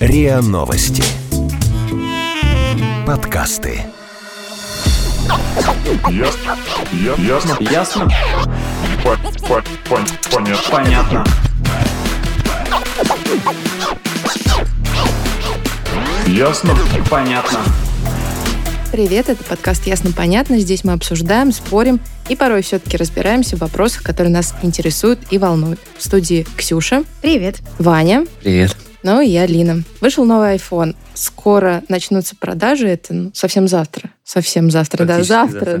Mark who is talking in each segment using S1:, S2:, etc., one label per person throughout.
S1: РИА Новости. Подкасты.
S2: Ясно. Я- Ясно.
S3: Ясно?
S2: По- по- пон- Понятно.
S3: Понятно.
S2: Ясно.
S3: Понятно.
S4: Привет, это подкаст «Ясно-понятно». Здесь мы обсуждаем, спорим и порой все-таки разбираемся в вопросах, которые нас интересуют и волнуют. В студии Ксюша,
S5: Привет.
S4: Ваня,
S6: Привет.
S4: ну и я, Лина. Вышел новый iPhone. Скоро начнутся продажи, это ну, совсем завтра. Совсем завтра, да,
S6: Практически
S4: завтра,
S6: завтра.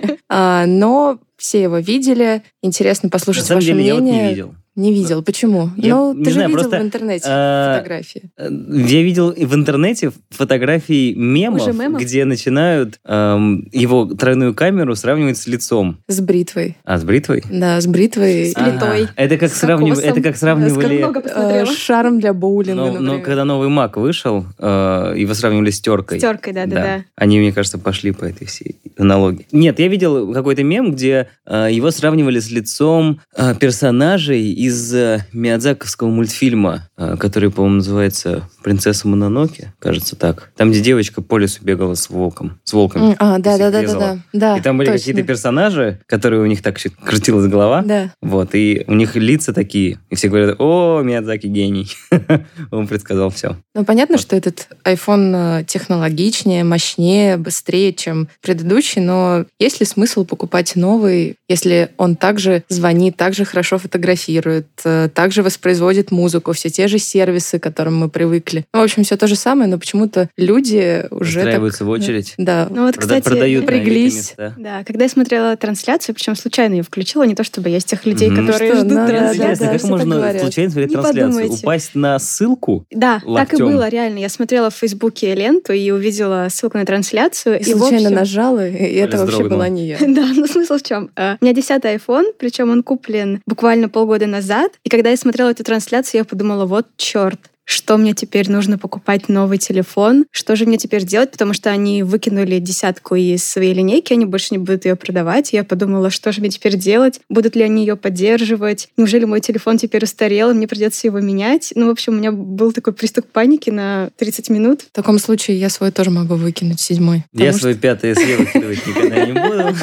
S4: да. А, Но все его видели. Интересно послушать
S6: На самом
S4: ваше
S6: деле я вот
S4: мнение.
S6: не видел.
S4: Не видел. Почему?
S6: Я
S4: ну,
S6: не
S4: ты же
S6: знаю,
S4: видел
S6: просто,
S4: в интернете
S6: э,
S4: фотографии.
S6: Э, Я видел и в интернете фотографии мемов,
S5: Уже мемов?
S6: где начинают эм, его тройную камеру сравнивать с лицом.
S4: С бритвой.
S6: А, с бритвой?
S4: Да, с бритвой.
S5: С плитой.
S6: А, это, как
S5: С
S6: сравнив...
S5: кокосом.
S6: это как
S5: Сколько
S6: сравнивали...
S5: много ну,
S4: Э,
S5: посмотрела.
S4: Шарм для боулинга,
S6: Но, но
S4: например.
S6: когда новый Мак вышел, э, его сравнивали с теркой.
S5: С теркой, да-да-да.
S6: Они, мне кажется, пошли по этой всей аналогии. Нет, я видел какой-то мем, где э, его сравнивали с лицом э, персонажей из э, Миядзаковского мультфильма, э, который, по-моему, называется «Принцесса Мононоке», кажется так. Там, где девочка по лесу бегала с волком. С волками.
S4: М, А,
S6: И
S4: да, да,
S6: всех
S4: да, да,
S6: резала.
S4: да, да.
S6: И там были
S4: точно.
S6: какие-то персонажи, которые у них так чуть крутилась голова.
S4: Да.
S6: Вот, и у них лица такие. И все говорят, о, Миядзаки гений. Он предсказал все.
S4: Ну, понятно,
S6: Вот.
S4: что этот iPhone э, технологичнее, мощнее, быстрее, чем предыдущий, но есть ли смысл покупать новый, если он также звонит, также хорошо фотографирует, э, также воспроизводит музыку, все те же сервисы, к которым мы привыкли. Ну, в общем, все то же самое, но почему-то люди уже так-
S6: Устраиваются в очередь.
S4: Да.
S5: Ну вот,
S6: Прода-
S5: кстати,
S6: продают на эти
S4: напряглись.
S6: места.
S5: Да, когда я смотрела трансляцию, причем случайно ее включила, не то чтобы я из тех людей,
S6: Мгм.
S5: которые
S4: Ну Что,
S5: ждут
S4: надо,
S5: трансляцию.
S6: Интересно,
S4: да,
S6: как
S4: все
S6: можно
S4: так говорят.
S6: случайно смотреть
S5: Не
S6: трансляцию?
S5: подумайте.
S6: Упасть на ссылку?
S5: Да, так и
S6: Локтем.
S5: было, реально. Я смотрела в Фейсбуке ленту и увидела ссылку на трансляцию.
S4: И
S5: в
S4: случайно
S5: общем-
S4: нажала, и это вообще
S6: вздрогнула.
S4: была не я.
S5: Да, ну смысл в чем? У меня 10 iPhone, причем он куплен буквально полгода назад. И когда я смотрела эту трансляцию, я подумала, вот черт, что мне теперь нужно покупать новый телефон, что же мне теперь делать, потому что они выкинули десятку из своей линейки, они больше не будут ее продавать. Я подумала, что же мне теперь делать, будут ли они ее поддерживать, неужели мой телефон теперь устарел, и мне придется его менять. Ну, в общем, у меня был такой приступ паники на 30 минут.
S4: В таком случае я свой тоже могу выкинуть, седьмой.
S6: Я
S4: Потому что-
S6: свой пятый SE выкидывать никогда не буду,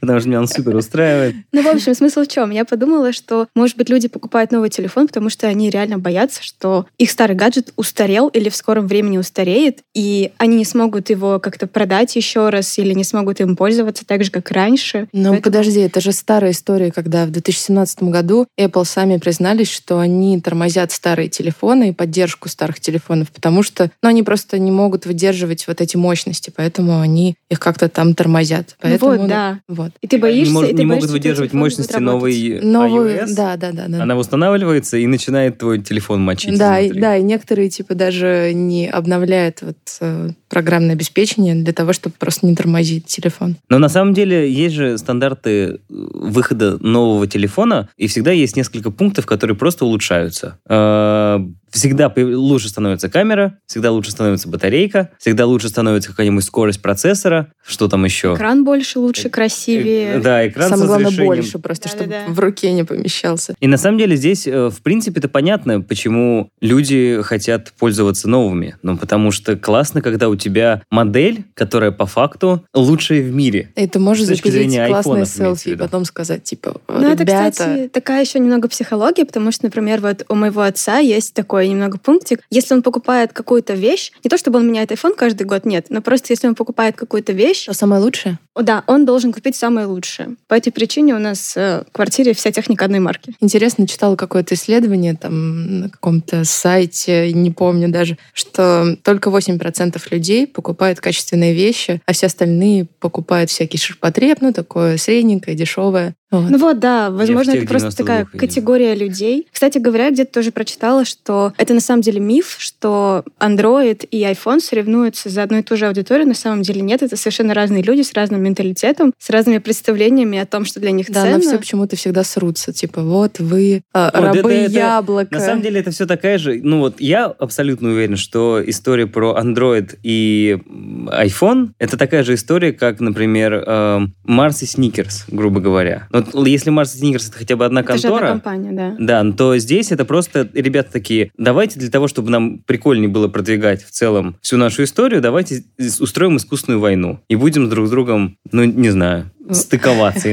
S6: потому что меня он супер устраивает.
S5: Ну, в общем, смысл в чем? Я подумала, что, может быть, люди покупают новый телефон, потому что они реально боятся, что их старый гаджет устарел или в скором времени устареет, и они не смогут его как-то продать еще раз или не смогут им пользоваться так же, как раньше.
S4: Ну,
S5: Поэтому-
S4: подожди, это же старая история, когда в 2017 году Apple сами признались, что они тормозят старые телефоны и поддержку старых телефонов, потому что ну, они просто не могут выдерживать вот эти мощности, поэтому они их как-то там тормозят.
S5: Ну
S4: Поэтому,
S5: вот, да.
S4: Вот.
S5: И ты
S6: Они
S5: боишься,
S6: не мож-
S5: и ты
S6: Не
S5: боишься,
S6: могут
S5: что
S6: выдерживать
S5: телефон будет
S6: мощности
S5: работать.
S6: новой
S4: Новые,
S6: iOS.
S4: да, да, да, да.
S6: Она устанавливается и начинает твой телефон мочить
S4: Да, и,
S6: изнутри.
S4: да, и некоторые типа даже не обновляют вот, э, программное обеспечение для того, чтобы просто не тормозить телефон.
S6: Но на самом деле есть же стандарты э, выхода нового телефона, и всегда есть несколько пунктов, которые просто улучшаются. Э, Всегда появ- лучше становится камера, всегда лучше становится батарейка, всегда лучше становится какая-нибудь скорость процессора, что там еще?
S5: Экран больше, лучше, красивее.
S6: Э, Да, экран
S4: Самое
S6: с
S4: главное,
S6: разрешением.
S4: больше просто, чтобы
S5: Да-да-да.
S4: в руке не помещался.
S6: И на самом деле здесь, э, в принципе, это понятно, почему люди хотят пользоваться новыми. Ну, потому что классно, когда у тебя модель, которая по факту лучшая в мире.
S4: И ты можешь
S6: С точки
S4: запилить
S6: зрения
S4: классное
S6: айфонов, имеется в
S4: селфи и
S6: виду.
S4: потом сказать, типа,
S5: Ну, это,
S4: ребята,
S5: кстати, такая еще немного психология, потому что, например, вот у моего отца есть такой немного пунктик. Если он покупает какую-то вещь, не то чтобы он меняет iPhone каждый год, нет, но просто если он покупает какую-то вещь,
S4: что самое лучшее?
S5: о, да, он должен купить самое лучшее. По этой причине у нас э, в квартире вся техника одной марки.
S4: Интересно, читала какое-то исследование там на каком-то сайте, не помню даже, что только 8% людей покупают качественные вещи, а все остальные покупают всякий ширпотреб, ну, такое средненькое, дешевое. Вот.
S5: Ну вот, да, возможно,
S6: в
S5: это
S6: тех
S5: просто
S6: 92
S5: такая
S6: видимо.
S5: категория людей. Кстати говоря, где-то тоже прочитала, что это на самом деле миф, что Android и iPhone соревнуются за одну и ту же аудиторию. На самом деле нет, это совершенно разные люди с разным менталитетом, с разными представлениями о том, что для них
S4: да, но
S5: ценно.
S4: все почему-то всегда срутся. Типа, вот вы э, рабы
S6: это- это-
S4: яблока.
S6: На самом деле это все такая же... Ну вот я абсолютно уверен, что история про Android и м, iPhone это такая же история, как, например, эм, Марс и Сникерс, грубо говоря. Ну Вот если Марс и Сникерс это хотя бы одна
S5: Это же одна
S6: контора,
S5: компания, да.
S6: да, ну, то здесь это просто ребята такие, давайте для того, чтобы нам прикольнее было продвигать в целом всю нашу историю, давайте с- устроим искусственную войну. И будем друг с другом, ну, не знаю, стыковаться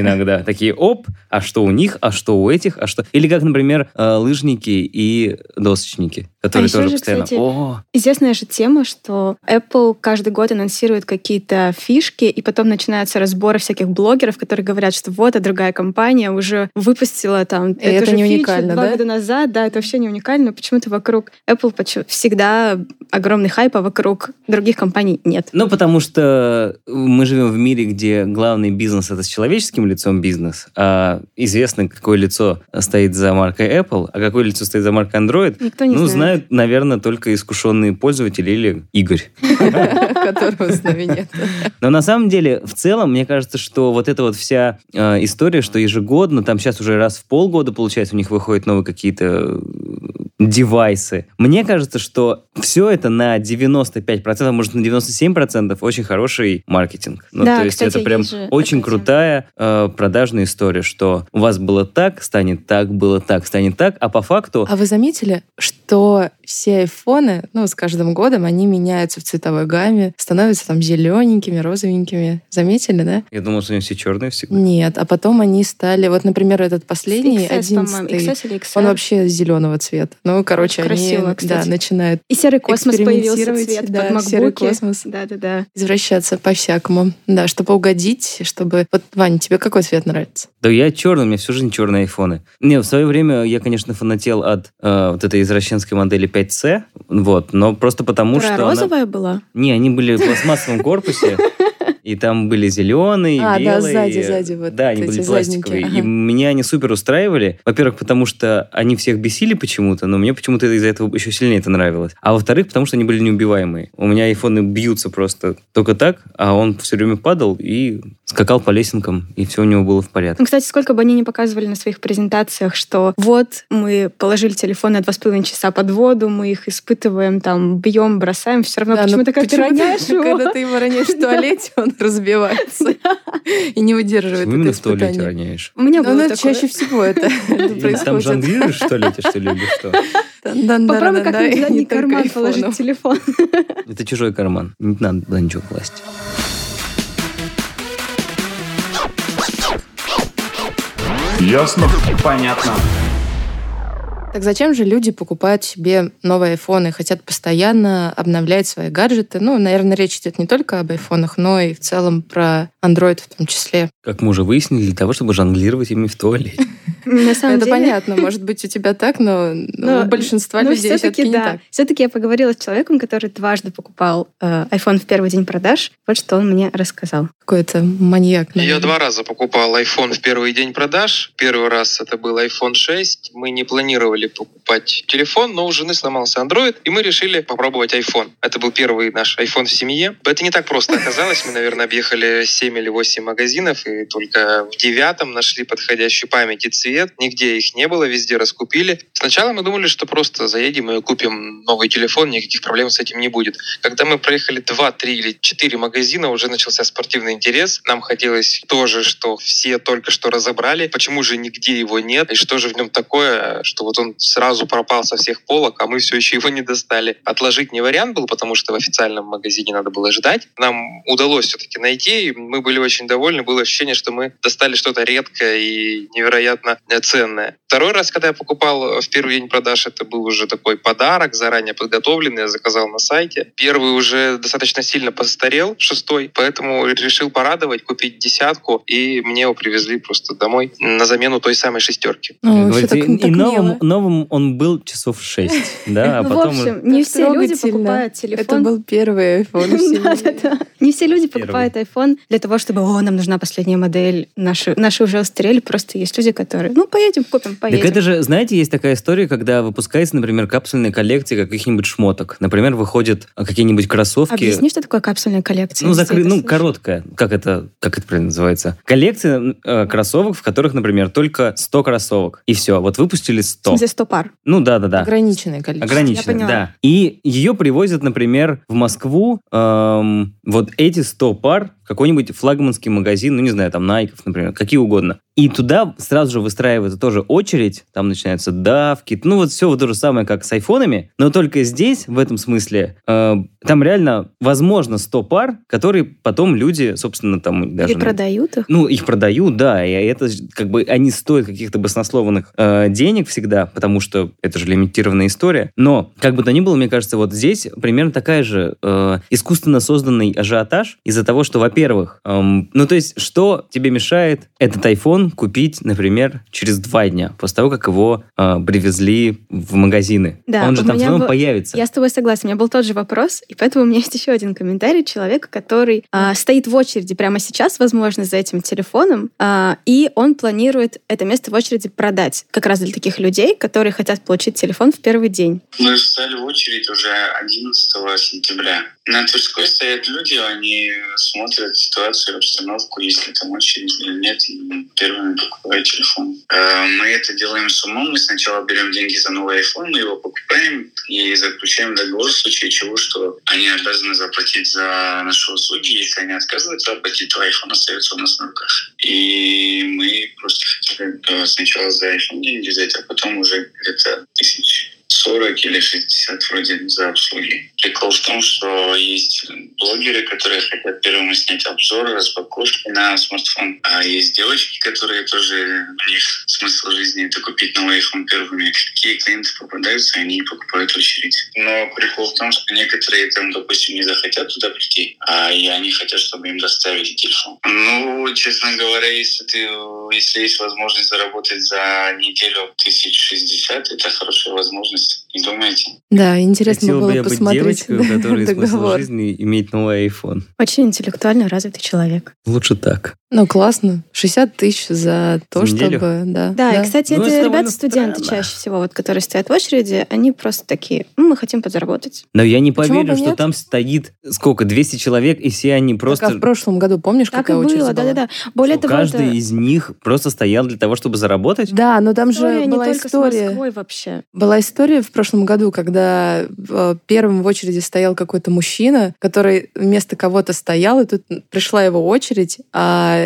S6: иногда. Такие, оп, а что у них, а что у этих, а что... Или как, например, э, лыжники и досочники, которые
S5: еще
S6: тоже
S5: А же,
S6: постоянно...
S5: кстати,
S6: О,
S5: Известная же тема, что Apple каждый год анонсирует какие-то фишки, и потом начинаются разборы всяких блогеров, которые говорят, что вот, а другая компания уже выпустила там
S4: И это
S5: же
S4: не
S5: фичу
S4: уникально,
S5: два
S4: да?
S5: года назад, да, это вообще не уникально. Почему-то вокруг Apple почу- всегда огромный хайп, а вокруг других компаний нет.
S6: Ну, потому что мы живем в мире, где главный бизнес это с человеческим лицом бизнес, а известно, какое лицо стоит за маркой Apple, а какое лицо стоит за маркой Android.
S5: Никто не
S6: ну,
S5: знает.
S6: знают, наверное, только искушенные пользователи или Игорь.
S4: которого с нами нет.
S6: Но на самом деле, в целом, мне кажется, что вот эта вот вся э, история, что ежегодно, там сейчас уже раз в полгода, получается, у них выходят новые какие-то э, девайсы. Мне кажется, что все это на 95%, может, на 97% очень хороший маркетинг. Ну,
S5: Да,
S6: то есть
S5: кстати,
S6: это прям
S5: есть же такая
S6: очень
S5: тема.
S6: крутая э, продажная история, что у вас было так, станет так, было так, станет так, а по факту...
S4: А вы заметили, что все айфоны, ну, с каждым годом, они меняются в цветовой гамме, становятся там зелененькими, розовенькими. Заметили, да?
S6: Я думал, что они все черные всегда.
S4: Нет, а потом они стали... Вот, например, этот последний,
S5: XS, по-моему,
S4: 11
S5: XS или эм? XR.
S4: он вообще зеленого цвета. Ну, короче,
S5: Красиво,
S4: они да,
S5: кстати.
S4: начинают
S5: И серый космос появился
S4: экспериментировать,
S5: цвет
S4: да,
S5: под макбуки.
S4: серый космос.
S5: Да-да-да.
S4: извращаться по-всякому. Да, чтобы угодить, чтобы... Вот, Вань, тебе какой цвет нравится?
S6: Да я черный, у меня всю жизнь черные айфоны. Не, в свое время я, конечно, фанател от э, вот этой извращенской модели 5C, вот, но просто потому,
S5: Про
S6: что... она-
S5: розовая была?
S6: Не, они были в пластмассовом корпусе, и там были зеленые,
S4: А, да,
S6: белые.
S4: сзади, сзади вот
S6: да, они
S4: эти
S6: были
S4: задники,
S6: пластиковые. И
S4: ага.
S6: меня они супер устраивали. Во-первых, потому что они всех бесили почему-то, но мне почему-то из-за этого еще сильнее это нравилось. А во-вторых, потому что они были неубиваемые. У меня айфоны бьются просто только так, а он все время падал и скакал по лесенкам, и все у него было в порядке.
S5: Ну, кстати, сколько бы они ни показывали на своих презентациях, что вот мы положили телефон на два с половиной часа под воду, мы их испытываем, там, бьем, бросаем, все равно
S4: Да, но
S5: почему-то как Ну, ты
S4: почему-то,
S5: роняешь его.
S4: Когда ты его роняешь в туалете, он разбивается и не выдерживает
S6: Почему
S4: это
S6: именно в туалете
S4: испытание.
S6: роняешь?
S5: У меня
S4: Ну,
S5: было
S4: ну,
S5: такое.
S4: чаще всего это
S6: Там
S4: происходит.
S6: жонглируешь, что ли, ты что ли, или что?
S5: Попробуй как-нибудь в задний
S4: не только
S5: карман
S4: айфоном.
S5: положить телефон.
S6: Это чужой карман. Не надо туда ничего класть.
S2: Ясно? Понятно.
S4: Так зачем же люди покупают себе новые айфоны, хотят постоянно обновлять свои гаджеты? Ну, наверное, речь идет не только об айфонах, но и в целом про Android в том числе.
S6: Как мы уже выяснили, для того, чтобы жонглировать ими в туалете.
S5: На самом
S4: это
S5: деле-
S4: понятно, может быть, у тебя так, но, ну,
S5: Но-
S4: у большинства
S5: но
S4: людей все-таки не так.
S5: Все-таки я поговорила с человеком, который дважды покупал э, iPhone в первый день продаж. Вот что он мне рассказал.
S4: Какой-то маньяк.
S1: Я
S4: наверное.
S1: два раза покупал iPhone в первый день продаж. Первый раз это был iPhone 6. Мы не планировали покупать телефон, но у жены сломался Android, и мы решили попробовать iPhone. Это был первый наш iPhone в семье. Это не так просто оказалось. Мы, наверное, объехали 7 или 8 магазинов, и только в девятом нашли подходящую память и цвет. Нигде их не было, везде раскупили. Сначала мы думали, что просто заедем и купим новый телефон, никаких проблем с этим не будет. Когда мы проехали 2, 3 или 4 магазина, уже начался спортивный интерес. Нам хотелось тоже, что все только что разобрали, почему же нигде его нет, и что же в нем такое, что вот он сразу пропал со всех полок, а мы все еще его не достали. Отложить не вариант был, потому что в официальном магазине надо было ждать. Нам удалось все-таки найти, и мы были очень довольны. Было ощущение, что мы достали что-то редкое и невероятно э, ценное. Второй раз, когда я покупал э, в первый день продаж, это был уже такой подарок, заранее подготовленный, я заказал на сайте. Первый уже достаточно сильно постарел, шестой, поэтому решил порадовать, купить десятку, и мне его привезли просто домой на замену той самой шестерки.
S4: Ну,
S6: Как
S4: всё
S6: говорится,
S4: так-
S6: и- и
S4: так
S6: новым,
S4: мило.
S6: новым он был часов в 6, да, а
S5: Ну,
S6: потом...
S5: в общем, не
S4: Так
S5: все люди
S4: трогательно.
S5: покупают
S4: Это
S5: телефон
S4: был первый iPhone в семье.
S5: Да-да-да. Не все люди
S6: Первый.
S5: покупают iPhone для того, чтобы, о, нам нужна последняя модель, наши, наши уже устарели, просто есть люди, которые, ну, поедем, купим,
S6: Так
S5: поедем.
S6: это же, знаете, есть такая история, когда выпускается, например, капсульная коллекция каких-нибудь шмоток. Например, выходят а, какие-нибудь кроссовки.
S5: Объясни, что такое капсульная коллекция.
S6: Ну,
S5: если
S6: закры...
S5: это
S6: ну
S5: слышишь.
S6: короткая. Как это, как это правильно называется? Коллекция э, кроссовок, в которых, например, только 100 кроссовок. И все. Вот выпустили
S5: В
S6: 100.
S5: смысле, 100 пар.
S6: Ну, да-да-да.
S4: Ограниченное количество.
S5: Я
S6: Ограниченная,
S5: поняла.
S6: да. И ее привозят, например, в Москву эм, вот эти 100 пар в какой-нибудь флагманский магазин, ну, не знаю, там, Найков, например, какие угодно. И туда сразу же выстраивается тоже очередь, там начинаются давки, ну, вот все вот то же самое, как с айфонами, но только здесь, в этом смысле, э, там реально, возможно, 100 пар, которые потом люди, собственно, там даже...
S5: И продают их?
S6: Ну, их продают, да, и это как бы они стоят каких-то баснословных э, денег всегда, потому что это же лимитированная история, но, как бы то ни было, мне кажется, вот здесь примерно такая же э, искусственно созданный ажиотаж из-за того, что, во-первых, эм, ну, то есть, что тебе мешает этот iPhone купить, например, через два дня, после того, как его э, привезли в магазины?
S5: Да,
S6: Он же там в основном был... появится.
S5: Я с тобой согласна, у меня был тот же вопрос, и поэтому у меня есть еще один комментарий человека, который э, стоит в очереди прямо сейчас, возможно, за этим телефоном, э, и он планирует это место в очереди продать, как раз для таких людей, которые хотят получить телефон в первый день.
S3: Мы встали в очередь уже 11 сентября. На Тверской стоят люди, они смотрят ситуацию, обстановку, если там очередь или нет, и первыми покупают телефон. Э, Мы это делаем с умом, мы сначала берем деньги за новый iPhone, мы его покупаем и заключаем договор в случае чего, что они обязаны заплатить за наши услуги, если они отказываются заплатить, то iPhone остается у нас на руках. И мы просто хотели сначала за iPhone деньги взять, а потом уже где-то тысячи 40 или 60 вроде за обслуги. Прикол в том, что есть блогеры, которые хотят первыми снять обзор, распаковки на смартфон. А есть девочки, которые тоже, у них смысл жизни это купить новый iPhone первыми. Какие клиенты попадаются, они покупают очередь. Но прикол в том, что некоторые там, допустим, не захотят туда прийти, а и они хотят, чтобы им доставили телефон. Ну, честно говоря, если ты, если есть возможность заработать за неделю 1060, это хорошая возможность возможность, не думаете?
S4: Да, интересно Хотел было бы я
S6: посмотреть быть девочкой, у которой смысл жизни иметь новый iPhone.
S5: Очень интеллектуально развитый человек.
S6: Лучше так.
S4: Ну, классно. 60 тысяч за то, за чтобы...
S5: Да, да, да, и, кстати, ну, это ребята-студенты чаще всего, вот, которые стоят в очереди, они просто такие, «Ну, мы хотим подзаработать.
S6: Но я не Почему поверю, что там стоит сколько, 200 человек, и все они просто...
S4: Так, а в прошлом году, помнишь,
S5: так
S4: какая
S5: и
S4: очередь
S5: было, да-да-да. Более
S6: что, того, каждый это... из них просто стоял для того, чтобы заработать?
S4: Да, но там история же была история...
S5: С вообще.
S4: Была история в прошлом году, когда э, первым в очереди стоял какой-то мужчина, который вместо кого-то стоял, и тут пришла его очередь, а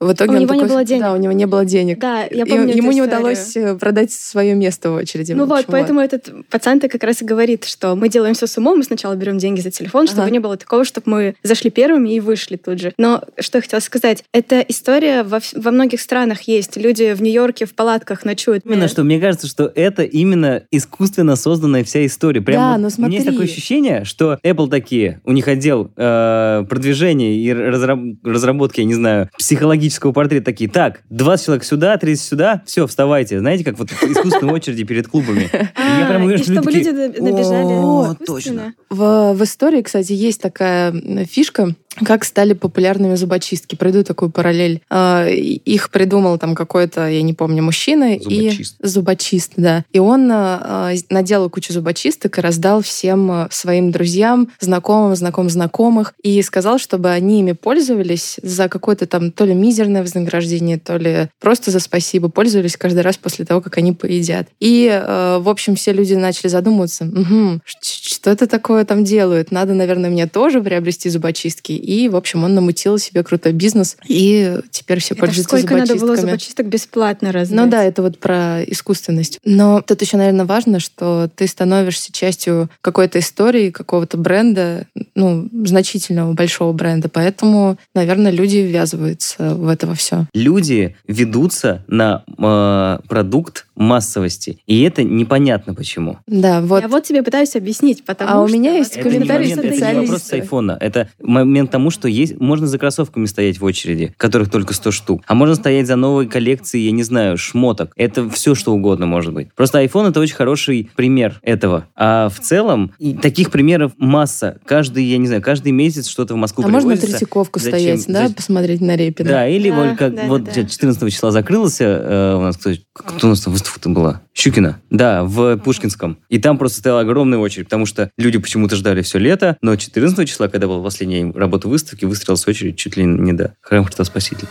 S4: в итоге
S5: у
S4: он
S5: него
S4: такой,
S5: не было денег.
S4: Да, у него не было денег.
S5: Да, я помню
S4: и, ему не
S5: историю.
S4: удалось э, продать свое место в очереди.
S5: Ну вот, поэтому этот пацан-то как раз и говорит, что мы делаем все с умом, мы сначала берем деньги за телефон, чтобы
S4: Ага.
S5: не было такого, чтобы мы зашли первыми и вышли тут же. Но что я хотела сказать, эта история во, вс- во многих странах есть. Люди в Нью-Йорке в палатках ночуют.
S6: Именно что, мне кажется, что это именно искусственно созданная вся история. Прям
S4: Да,
S6: вот
S4: ну
S6: у меня есть
S4: смотри.
S6: такое ощущение, что Apple такие, у них отдел э, продвижения и разра- разработки, я не знаю, психологического портрета такие, так, 20 человек сюда, 30 сюда, все, вставайте. Знаете, как вот искусственные очереди перед клубами. И Я прям уверен,
S5: А, и
S6: что
S5: чтобы люди
S6: такие,
S5: на- набежали.
S6: «О,
S5: Искусственно.
S6: точно.
S4: В, в истории, кстати, есть такая м, фишка, как стали популярными зубочистки. Пройду такую параллель. Э, и- Их придумал там какой-то, я не помню, мужчина.
S6: Зубочист.
S4: И... Зубочист, да. И он э, э, наделал кучу зубочисток и раздал всем э, своим друзьям, знакомым, знаком знакомых. И сказал, чтобы они ими пользовались за какое-то там то ли мизерное вознаграждение, то ли просто за спасибо. Пользовались каждый раз после того, как они поедят. И, э, в общем, все люди начали задумываться, «Мгм, ш- ш- что это такое там делают? Надо, наверное, мне тоже приобрести зубочистки. И, в общем, он намутил себе крутой бизнес. И теперь все
S5: Это ж
S4: пользуются
S5: сколько надо было
S4: зубочистками.
S5: зубочисток бесплатно раздать?
S4: Ну да, это вот про искусственность. Но тут еще, наверное, важно, что ты становишься частью какой-то истории, какого-то бренда, ну, значительного, большого бренда. Поэтому, наверное, люди ввязываются в это во все.
S6: люди ведутся на э, продукт массовости. И это непонятно почему.
S4: Да, вот.
S5: Я вот тебе пытаюсь объяснить, потому
S4: А у
S5: что...
S4: меня есть
S5: Это
S6: Это не,
S4: Комментарий
S6: момент, это не
S4: специалиста.
S6: вопрос с айфона. Это момент тому, что есть, можно за кроссовками стоять в очереди, которых только 100 штук. А можно стоять за новой коллекцией, я не знаю, шмоток. Это все, что угодно может быть. Просто iPhone это очень хороший пример этого. А в целом и таких примеров масса. Каждый, я не знаю, каждый месяц что-то в Москву
S4: а можно на
S6: привозится.
S4: Третьяковку
S6: Зачем?
S4: стоять, да,
S6: Зачем?
S4: посмотреть на Репина?
S6: Да, или
S5: Да,
S6: вот, как,
S5: да,
S6: вот
S5: да, да.
S6: 14 числа закрылся э, у нас кто, кто у нас там выставка-то была? Щукина. Да, в Пушкинском. И там просто стояла огромная очередь, потому что люди почему-то ждали все лето, но 14 числа, когда была последняя работа выставки, выстрелилась очередь чуть ли не до Храм Христа Спасителя.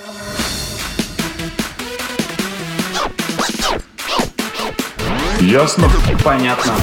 S2: Ясно? Понятно.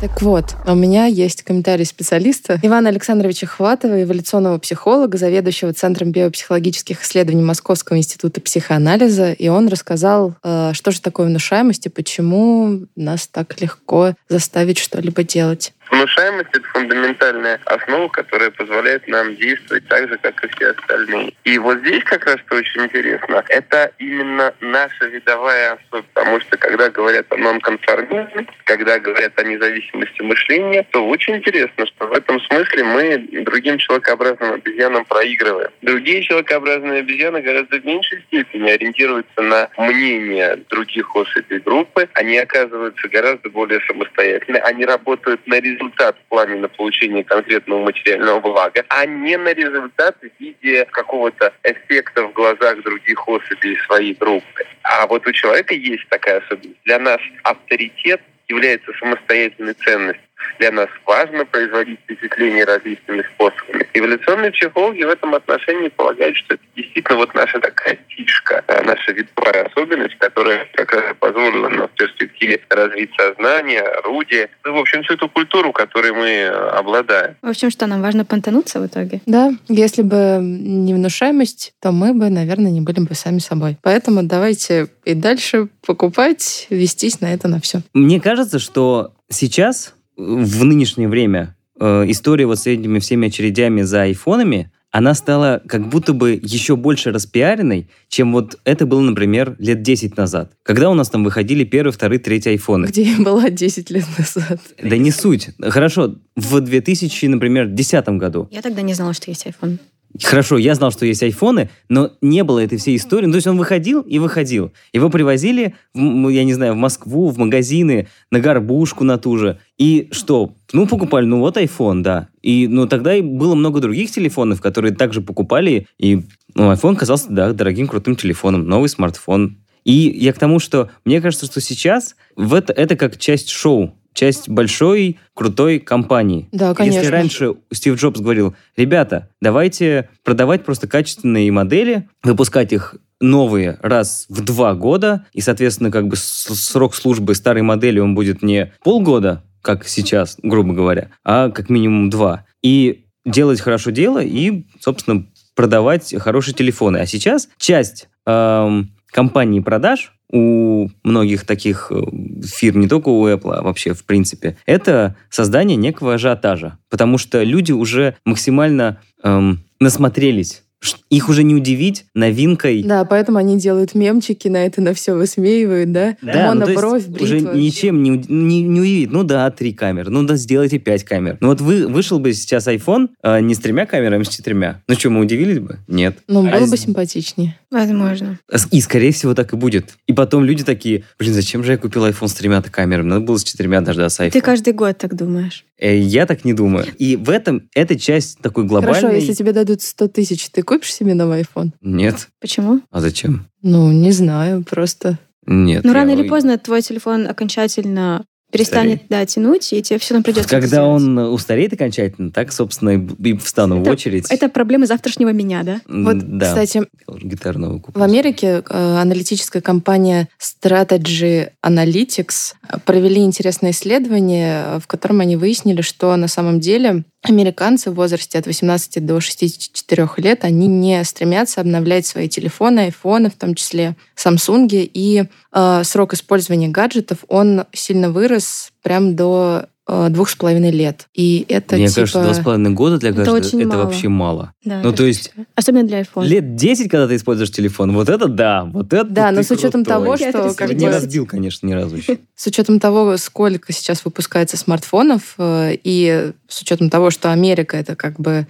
S4: Так вот, а у меня есть комментарий специалиста Ивана Александровича Хватова, эволюционного психолога, заведующего Центром биопсихологических исследований Московского института психоанализа, и он рассказал, э, что же такое внушаемость и почему нас так легко заставить что-либо делать.
S7: Внушаемость — это фундаментальная основа, которая позволяет нам действовать так же, как и все остальные. И вот здесь как раз что очень интересно, это именно наша видовая особь, потому что когда говорят о нонконформизме, когда говорят о независимости мышления, то очень интересно, что в этом смысле мы другим человекообразным обезьянам проигрываем. Другие человекообразные обезьяны гораздо в меньшей степени ориентируются на мнение других ос этой группы, они оказываются гораздо более самостоятельны, они работают на результат результат в плане на получение конкретного материального блага, а не на результат в виде какого-то эффекта в глазах других особей своей группы. А вот у человека есть такая особенность. Для нас авторитет является самостоятельной ценностью. Для нас важно производить впечатление различными способами. Эволюционные психологи в этом отношении полагают, что это действительно вот наша такая фишка, э, наша видовая особенность, которая как раз позволила нам в перспективе развить сознание, орудие, ну, в общем, всю эту культуру, которой мы э, обладаем.
S5: В общем, что нам важно понтануться в итоге?
S4: Да, если бы не внушаемость, то мы бы, наверное, не были бы сами собой. Поэтому давайте и дальше покупать, вестись на это на все.
S6: Мне кажется, что сейчас в нынешнее время э, история вот с этими всеми очередями за айфонами, она стала как будто бы еще больше распиаренной, чем вот это было, например, лет 10 назад. Когда у нас там выходили первый, второй, третий айфоны.
S4: Где я была 10 лет назад?
S6: Да не суть. Хорошо, в 2000, например, 2010 году.
S5: Я тогда не знала, что есть iPhone.
S6: Хорошо, я знал, что есть айфоны, но не было этой всей истории. Ну, то есть он выходил и выходил. Его привозили, в, я не знаю, в Москву, в магазины, на горбушку, на ту же. И что? Ну, покупали, ну вот iPhone, да. И, ну, тогда и было много других телефонов, которые также покупали. И, ну, iPhone казался, да, дорогим, крутым телефоном. Новый смартфон. И я к тому, что мне кажется, что сейчас в это, это как часть шоу часть большой, крутой компании.
S4: Да, конечно.
S6: Если раньше Стив Джобс говорил, ребята, давайте продавать просто качественные модели, выпускать их новые раз в два года, и, соответственно, как бы срок службы старой модели, он будет не полгода, как сейчас, грубо говоря, а как минимум два. И делать хорошо дело, и, собственно, продавать хорошие телефоны. А сейчас часть эм, компании продаж у многих таких э, фирм, не только у Apple, а вообще в принципе, это создание некого ажиотажа. Потому что люди уже максимально эм, насмотрелись. Их уже не удивить новинкой.
S4: Да, поэтому они делают мемчики, на это на все высмеивают, да?
S6: Да, Монобровь, ну, бритва. Уже ничем не, не, не удивить. Ну да, три камеры. Ну да, сделайте пять камер. Ну вот вы, вышел бы сейчас iPhone э, не с тремя камерами, с четырьмя. Ну что, мы удивились бы? Нет.
S4: Ну, было а бы с... симпатичнее.
S5: Возможно.
S6: И, скорее всего, так и будет. И потом люди такие, блин, зачем же я купил iPhone с тремя-то камерами? Надо было с четырьмя дождаться iPhone.
S5: Ты каждый год так думаешь.
S6: Э, я так не думаю. И в этом, эта часть такой глобальной...
S4: Хорошо, а если тебе дадут 100 тысяч, ты купишь себе новый iPhone?
S6: Нет.
S5: Почему?
S6: А зачем?
S4: Ну, не знаю, просто...
S6: Нет.
S5: Ну, рано вы... или поздно твой телефон окончательно перестанет Старей. да, тянуть, и тебе все равно придется.
S6: Когда сделать. он устареет окончательно, так, собственно, и встану
S5: это,
S6: в очередь.
S5: Это проблема завтрашнего меня, да?
S4: Вот,
S6: да.
S4: кстати,
S6: гитарного купить.
S4: в Америке э, аналитическая компания Strategy Analytics провели интересное исследование, в котором они выяснили, что на самом деле американцы в возрасте от 18 до 64 лет, они не стремятся обновлять свои телефоны, айфоны, в том числе Samsung, и э, срок использования гаджетов, он сильно вырос прям до э, двух с половиной лет. И это
S6: Мне
S4: типа...
S6: кажется, два с половиной года для гаджета это, это мало. вообще мало.
S4: А,
S5: Да,
S6: ну, то есть...
S5: Особенно для iPhone.
S6: Лет 10, когда ты используешь телефон, вот это да, вот это
S4: Да,
S6: ты
S4: но с учетом
S6: крутой.
S4: того, что...
S6: Как не разбил, конечно, ни разу еще.
S4: С учетом того, сколько сейчас выпускается смартфонов, э, и с учетом того, что Америка это как бы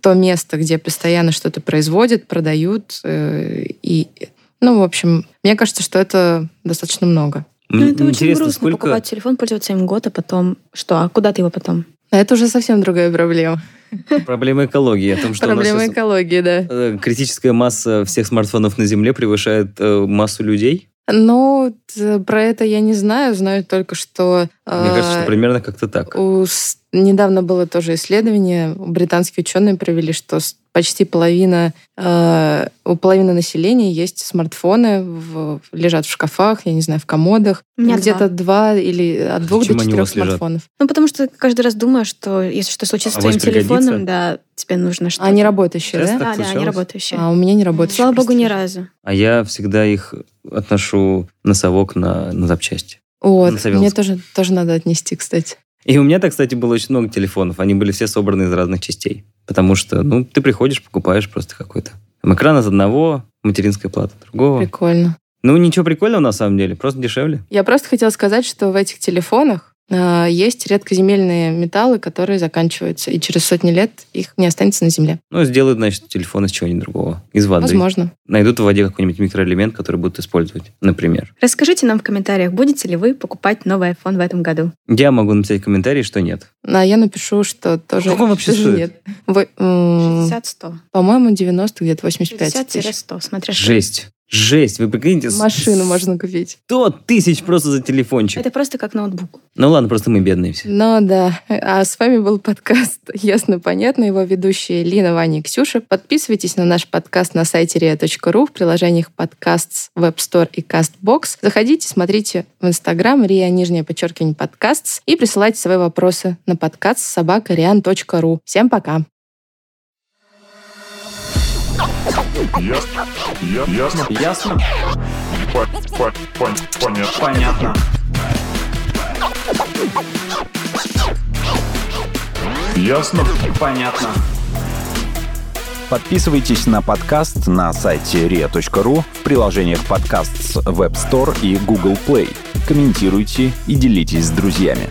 S4: то место, где постоянно что-то производят, продают, э, и... Ну, в общем, мне кажется, что это достаточно много.
S5: Ну, это очень Интересно, грустно сколько... покупать телефон, пользоваться им год, а потом что? А куда ты его потом?
S4: А это уже совсем другая проблема.
S6: Проблема экологии. О том, что э,
S4: Проблема экологии, да.
S6: Критическая масса всех смартфонов на Земле превышает массу э, людей.
S4: Ну, про это я не знаю, знаю только, что... э,
S6: Мне кажется,
S5: А,
S6: что примерно как-то так.
S4: У, недавно было тоже исследование, британские ученые провели, что почти половина, э, у половины населения есть смартфоны, в, лежат в шкафах, я не знаю, в комодах. Где-то два. два или от двух
S6: Зачем
S4: до
S6: они у
S4: четырех
S6: вас лежат?
S4: смартфонов.
S5: Ну, потому что каждый раз думаешь, что если что случится
S6: А
S5: с твоим
S6: вот пригодится.
S5: телефоном, да, тебе нужно что-то.
S4: А они работающие, да?
S5: А,
S6: Часто Так
S5: да, они
S6: случалось?
S5: работающие.
S4: А у меня не работающие.
S5: Слава богу,
S4: просто
S5: ни
S4: лежат.
S5: разу.
S6: А я всегда их отношу на совок на, на запчасти.
S4: Вот,
S6: Насовелся.
S4: мне тоже, тоже надо отнести, кстати.
S6: И у меня так, кстати, было очень много телефонов. Они были все собраны из разных частей. Потому что, ну, ты приходишь, покупаешь просто какой-то. Там экран из одного, материнская плата другого.
S4: Прикольно.
S6: Ну, ничего прикольного на самом деле, просто дешевле.
S4: Я просто хотела сказать, что в этих телефонах э, есть редкоземельные металлы, которые заканчиваются, и через сотни лет их не останется на Земле.
S6: Ну, сделают, значит, телефон из чего-нибудь другого. Из воды.
S4: Возможно.
S6: Найдут в воде какой-нибудь микроэлемент, который будут использовать, например.
S5: Расскажите нам в комментариях, будете ли вы покупать новый iPhone в этом году.
S6: Я могу написать комментарий, что нет.
S4: А я напишу, что тоже...
S6: Сколько он вообще
S4: тоже
S6: стоит?
S4: нет. Во- м,
S5: 60-100.
S4: По-моему, 90, где-то 85 тысяч.
S5: 60-100, смотря что.
S6: Жесть. Жесть, вы прикиньте, с-
S4: Машину можно купить.
S6: 100 тысяч просто за телефончик.
S5: Это просто как ноутбук.
S6: Ну ладно, просто мы бедные все.
S4: Ну да. А с вами был подкаст «Ясно, понятно». Его ведущие Лина, Ваня и Ксюша. Подписывайтесь на наш подкаст на сайте ria.ru в приложениях подкаст Web Store и CastBox. Заходите, смотрите в Инстаграм ria, нижнее подчеркивание, подкаст и присылайте свои вопросы на подкаст собака ру. Всем пока!
S2: Ясно. Я- Ясно. Ясно. По- по- пон- понятно. Понятно. Ясно. Понятно.
S8: Подписывайтесь на подкаст на сайте ria.ru в приложениях подкаст с Web Store и Google Play. Комментируйте и делитесь с друзьями.